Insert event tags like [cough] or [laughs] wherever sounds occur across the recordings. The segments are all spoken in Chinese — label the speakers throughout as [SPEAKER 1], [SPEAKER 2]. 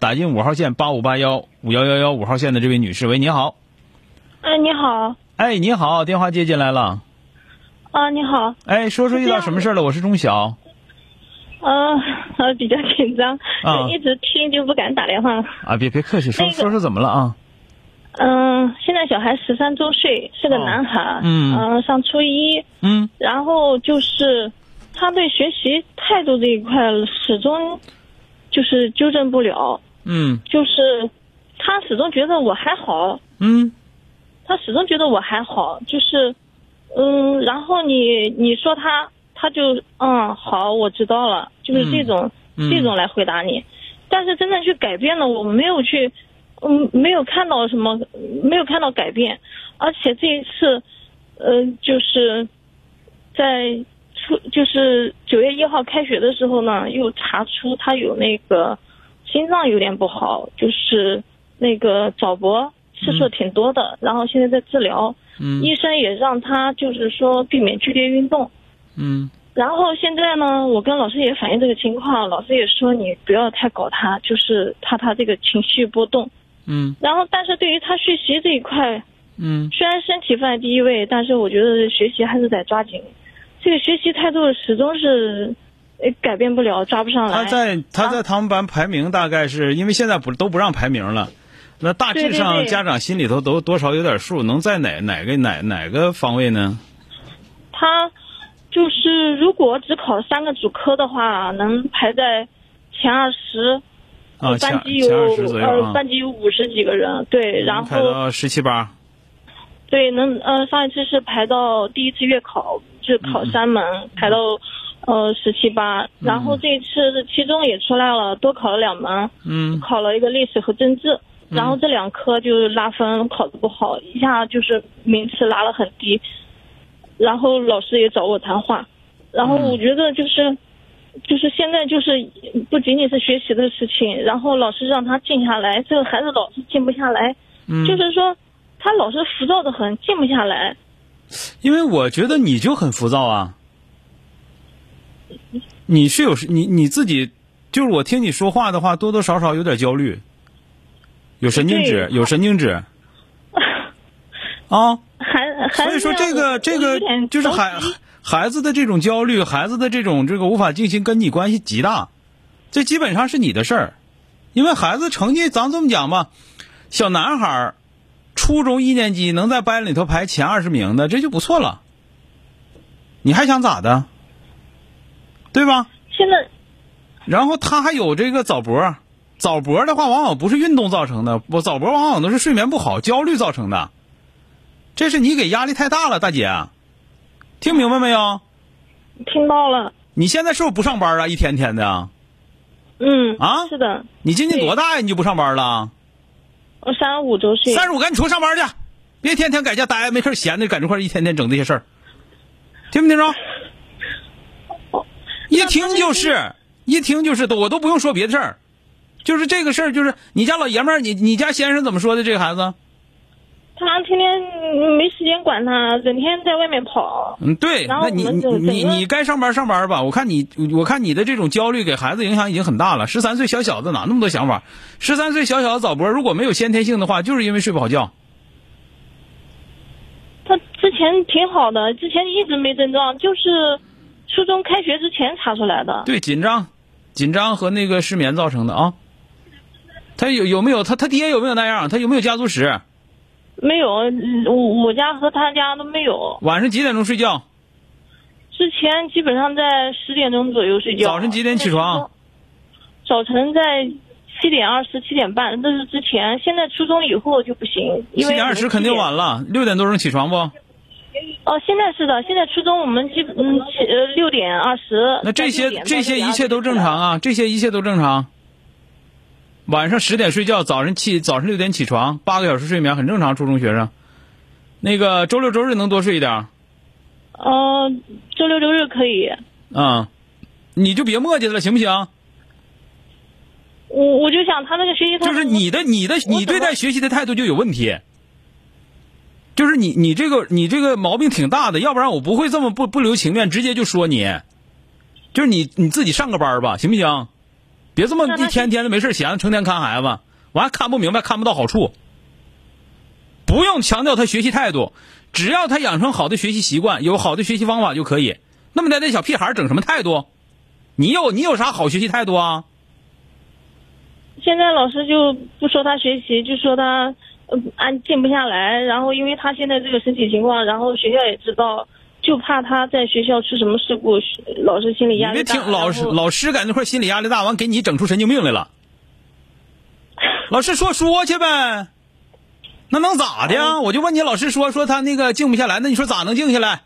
[SPEAKER 1] 打进五号线八五八幺五幺幺幺五号线的这位女士，喂，你好。
[SPEAKER 2] 哎，你好，
[SPEAKER 1] 哎，你好，电话接进来了。
[SPEAKER 2] 啊，你好，
[SPEAKER 1] 哎，说说遇到什么事儿了？我是钟晓。
[SPEAKER 2] 呃，呃比较紧张，
[SPEAKER 1] 啊
[SPEAKER 2] 就一直听就不敢打电话了。
[SPEAKER 1] 啊，别别客气，说
[SPEAKER 2] 那个
[SPEAKER 1] 说说怎么了啊？
[SPEAKER 2] 嗯、现在小孩十三周岁，是个
[SPEAKER 1] 哦
[SPEAKER 2] 男孩，
[SPEAKER 1] 嗯
[SPEAKER 2] 呃上初一，
[SPEAKER 1] 嗯，
[SPEAKER 2] 然后就是他对学习态度这一块始终就是纠正不了，
[SPEAKER 1] 嗯
[SPEAKER 2] 就是他始终觉得我还好，
[SPEAKER 1] 嗯
[SPEAKER 2] 他始终觉得我还好，就是，嗯，然后你你说他，他就嗯好，我知道了，就是这种、
[SPEAKER 1] 嗯嗯
[SPEAKER 2] 这种来回答你，但是真正去改变了，我没有去，嗯，没有看到什么，没有看到改变，而且这一次，呃，就是在初就是九月一号开学的时候呢，又查出他有那个心脏有点不好，就是那个早搏次数挺多的，然后现在在治疗，
[SPEAKER 1] 嗯
[SPEAKER 2] 医生也让他就是说避免剧烈运动。
[SPEAKER 1] 嗯
[SPEAKER 2] 然后现在呢，我跟老师也反映这个情况，老师也说你不要太搞他，就是怕他这个情绪波动。
[SPEAKER 1] 嗯
[SPEAKER 2] 然后，但是对于他学习这一块，
[SPEAKER 1] 嗯
[SPEAKER 2] 虽然身体放在第一位，但是我觉得学习还是得抓紧。这个学习态度始终是呃改变不了，抓不上
[SPEAKER 1] 他
[SPEAKER 2] 来。
[SPEAKER 1] 在他在他们班排名大概是因为现在不都不让排名了，那大致
[SPEAKER 2] 对对
[SPEAKER 1] 上
[SPEAKER 2] 对
[SPEAKER 1] 家长心里头都多少有点数，能在哪哪个哪哪个方位呢？
[SPEAKER 2] 他就是如果只考三个主科的话，能排在前二十。
[SPEAKER 1] 啊，前
[SPEAKER 2] 班级有
[SPEAKER 1] 前二十左右
[SPEAKER 2] 呃，
[SPEAKER 1] 啊，
[SPEAKER 2] 班级有五十几个人，对，然
[SPEAKER 1] 能排
[SPEAKER 2] 后
[SPEAKER 1] 到十七八。
[SPEAKER 2] 对能呃，上一次是排到第一次月考，就是考三门，排到呃十七八，然后这一次是期中也出来了，多考了两门，
[SPEAKER 1] 嗯
[SPEAKER 2] 考了一个历史和政治，然后这两科就是拉分考得不好，一下就是名次拉得很低，然后老师也找我谈话，然后
[SPEAKER 1] 嗯
[SPEAKER 2] 我觉得就是。就是现在，就是不仅仅是学习的事情，然后老师让他静下来，这个孩子老是静不下来，
[SPEAKER 1] 嗯，
[SPEAKER 2] 就是说他老是浮躁的很，静不下来。
[SPEAKER 1] 因为我觉得你就很浮躁啊，你是有时你你自己，就是我听你说话的话，多多少少有点焦虑，有神经质，
[SPEAKER 2] 对
[SPEAKER 1] 有神经质，啊，
[SPEAKER 2] [laughs] 还还
[SPEAKER 1] 所以说这个这个就是孩孩子的这种焦虑，孩子的这种这个无法静心，跟你关系极大，这基本上是你的事儿，因为孩子成绩，咱这么讲吧，小男孩儿初中一年级能在班里头排前二十名的，这就不错了。你还想咋的？对吧？
[SPEAKER 2] 现在
[SPEAKER 1] 然后他还有这个早搏，早搏的话往往不是运动造成的，不早搏往往都是睡眠不好、焦虑造成的。这是你给压力太大了，大姐，听明白没有？
[SPEAKER 2] 听到了，
[SPEAKER 1] 你现在是不是不上班啊？一天天的啊，
[SPEAKER 2] 嗯
[SPEAKER 1] 啊
[SPEAKER 2] 是的，
[SPEAKER 1] 你今年多大呀？你就不上班了？
[SPEAKER 2] 我三十五周岁，
[SPEAKER 1] 三十五，赶紧出去上班去，别天天在家待着，没事儿闲的，搁这块儿一天天整这些事儿，听没听着？一听就是，一听就是，都我都不用说别的事儿，就是这个事儿，就是你家老爷们儿，你你家先生怎么说的？这个孩子，
[SPEAKER 2] 他天天没时间管他，整天在外面跑。
[SPEAKER 1] 嗯，对，
[SPEAKER 2] 然后
[SPEAKER 1] 那你
[SPEAKER 2] 我们
[SPEAKER 1] 你
[SPEAKER 2] 就
[SPEAKER 1] 你
[SPEAKER 2] 整个
[SPEAKER 1] 你该上班上班吧。我看你，我看你的这种焦虑给孩子影响已经很大了。十三岁小小子哪那么多想法？十三岁小小子早搏，如果没有先天性的话，就是因为睡不好觉。
[SPEAKER 2] 他之前挺好的，之前一直没症状，就是初中开学之前查出来的。
[SPEAKER 1] 对，紧张，紧张和那个失眠造成的啊。他有有没有他他爹有没有那样？他有没有家族史？
[SPEAKER 2] 没有，嗯我我家和他家都没有。
[SPEAKER 1] 晚上几点钟睡觉？
[SPEAKER 2] 之前基本上在十点钟左右睡觉。
[SPEAKER 1] 早晨几点起床？
[SPEAKER 2] 早晨在七点二十、七点半，这是之前。现在初中以后就不行，
[SPEAKER 1] 七
[SPEAKER 2] 因为
[SPEAKER 1] 点二十肯定晚
[SPEAKER 2] 了。
[SPEAKER 1] 了，六点多钟起床
[SPEAKER 2] 呃
[SPEAKER 1] 不？
[SPEAKER 2] 哦，现在是的，现在初中我们基本嗯起呃六点二十。
[SPEAKER 1] 那这些这些一切都正常
[SPEAKER 2] 啊。
[SPEAKER 1] 啊，这些一切都正常。晚上十点睡觉，早晨起早晨六点起床，八个小时睡眠很正常。初中学生，那个周六周日能多睡一点啊、
[SPEAKER 2] 呃，周六周日可以。
[SPEAKER 1] 嗯你就别磨叽了，行不行？
[SPEAKER 2] 我我就想他那个学习态
[SPEAKER 1] 就
[SPEAKER 2] 度，
[SPEAKER 1] 是你的你的你对待学习的态度就有问题，就是你你这个你这个毛病挺大的，要不然我不会这么不不留情面，直接就说你，就是你你自己上个班儿吧，行不行？别这么
[SPEAKER 2] 那他
[SPEAKER 1] 一天天的没事闲着，成天看孩子，完还看不明白，看不到好处。不用强调他学习态度，只要他养成好的学习习惯，有好的学习方法就可以。那么大那小屁孩儿整什么态度？你有你有啥好学习态度啊？
[SPEAKER 2] 现在老师就不说他学习，就说他呃安静不下来。然后因为他现在这个身体情况，然后学校也知道，就怕他在学校出什么事故，学老师心理压
[SPEAKER 1] 你
[SPEAKER 2] 力
[SPEAKER 1] 别
[SPEAKER 2] 大。
[SPEAKER 1] 听老师
[SPEAKER 2] 然后
[SPEAKER 1] 老师在那块儿心理压力大，完给你整出神经病来
[SPEAKER 2] [laughs]
[SPEAKER 1] 了。老师说说去呗，那能咋的
[SPEAKER 2] 哎
[SPEAKER 1] 呀？我就问你，老师说说他那个静不下来，那你说咋能静下来？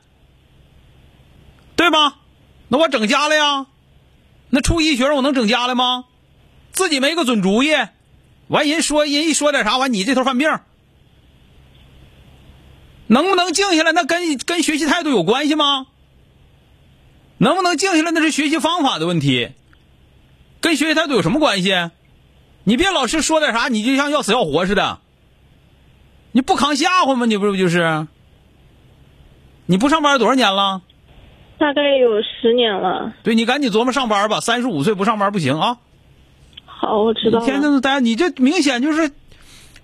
[SPEAKER 1] 对吧？那我整家了呀？那初一学生我能整家了吗？自己没个准主意，完人说人一说点啥，完你这头犯病，能不能静下来？那跟跟学习态度有关系吗？能不能静下来，那是学习方法的问题，跟学习态度有什么关系？你别老是说点啥，你就像要死要活似的，你不扛吓唬吗？你不是不就是？你不上班多少年了？
[SPEAKER 2] 大概有十年了。
[SPEAKER 1] 对你赶紧琢磨上班吧，三十五岁不上班不行啊！
[SPEAKER 2] 好，我知道
[SPEAKER 1] 天
[SPEAKER 2] 了。
[SPEAKER 1] 天都待，你这明显就是，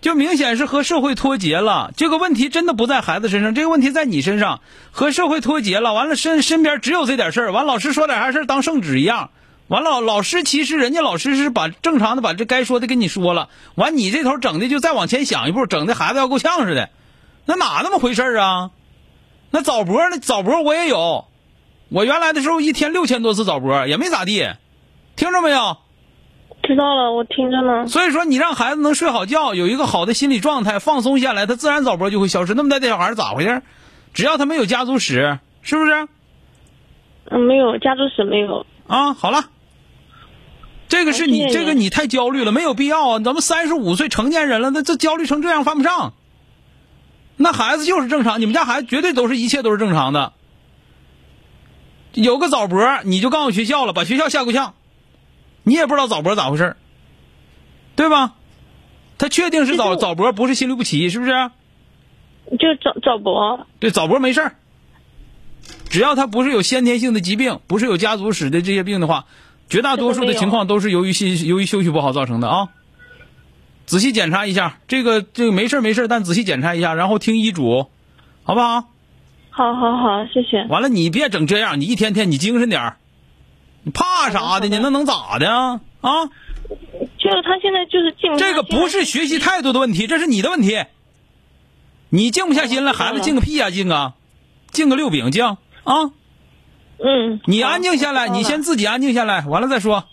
[SPEAKER 1] 就明显是和社会脱节了。这个问题真的不在孩子身上，这个问题在你身上，和社会脱节了。完了身身边只有这点事儿，完老师说点啥事儿当圣旨一样。完了，老师其实人家老师是把正常的把这该说的跟你说了，完你这头整的就再往前想一步，整的孩子要够呛似的，那哪那么回事儿啊？那早搏那早搏我也有，我原来的时候一天六千多次早搏也没咋地，听着没有？
[SPEAKER 2] 知道了，我听着呢。
[SPEAKER 1] 所以说，你让孩子能睡好觉，有一个好的心理状态，放松下来，他自然早搏就会消失。那么大的小孩儿咋回事儿？只要他没有家族史，是不是？
[SPEAKER 2] 嗯，没有家族史没有。
[SPEAKER 1] 啊，好了，这个是
[SPEAKER 2] 哎
[SPEAKER 1] 你
[SPEAKER 2] 谢谢
[SPEAKER 1] 这个你太焦虑了，没有必要啊。咱们三十五岁成年人了，那这焦虑成这样犯不上。那孩子就是正常，你们家孩子绝对都是一切都是正常的。有个早搏，你就告诉学校了，把学校吓够呛。你也不知道早搏咋回事儿对吧？他确定是
[SPEAKER 2] 其实
[SPEAKER 1] 早
[SPEAKER 2] 我
[SPEAKER 1] 早搏，不是心律不齐，是不是？
[SPEAKER 2] 就早早搏，
[SPEAKER 1] 对，早搏没事儿，只要他不是有先天性的疾病，不是有家族史的这些病的话，绝大多数的情况都是由于息由于休息不好造成的啊。仔细检查一下，这个这个没事儿没事儿，但仔细检查一下，然后听医嘱，好不好？
[SPEAKER 2] 好好好，谢谢。
[SPEAKER 1] 完了，你别整这样，你一天天你精神点儿，你怕啥的呢？那能咋的啊？啊，
[SPEAKER 2] 就是他现在就是进
[SPEAKER 1] 这个不是学习态度的问题，这是你的问题。你静不下心来，孩子静个屁呀、静啊，静个六饼静啊。
[SPEAKER 2] 嗯，
[SPEAKER 1] 你安静下来，
[SPEAKER 2] 好
[SPEAKER 1] 你先自己安静下来，完了再说。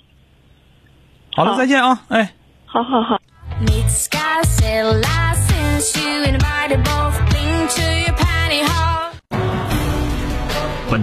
[SPEAKER 1] 好了，
[SPEAKER 2] 好
[SPEAKER 1] 再见啊！哎。
[SPEAKER 2] 好好好。
[SPEAKER 3] Meet Sky said license you invited both cling to your pantyhose.
[SPEAKER 4] 本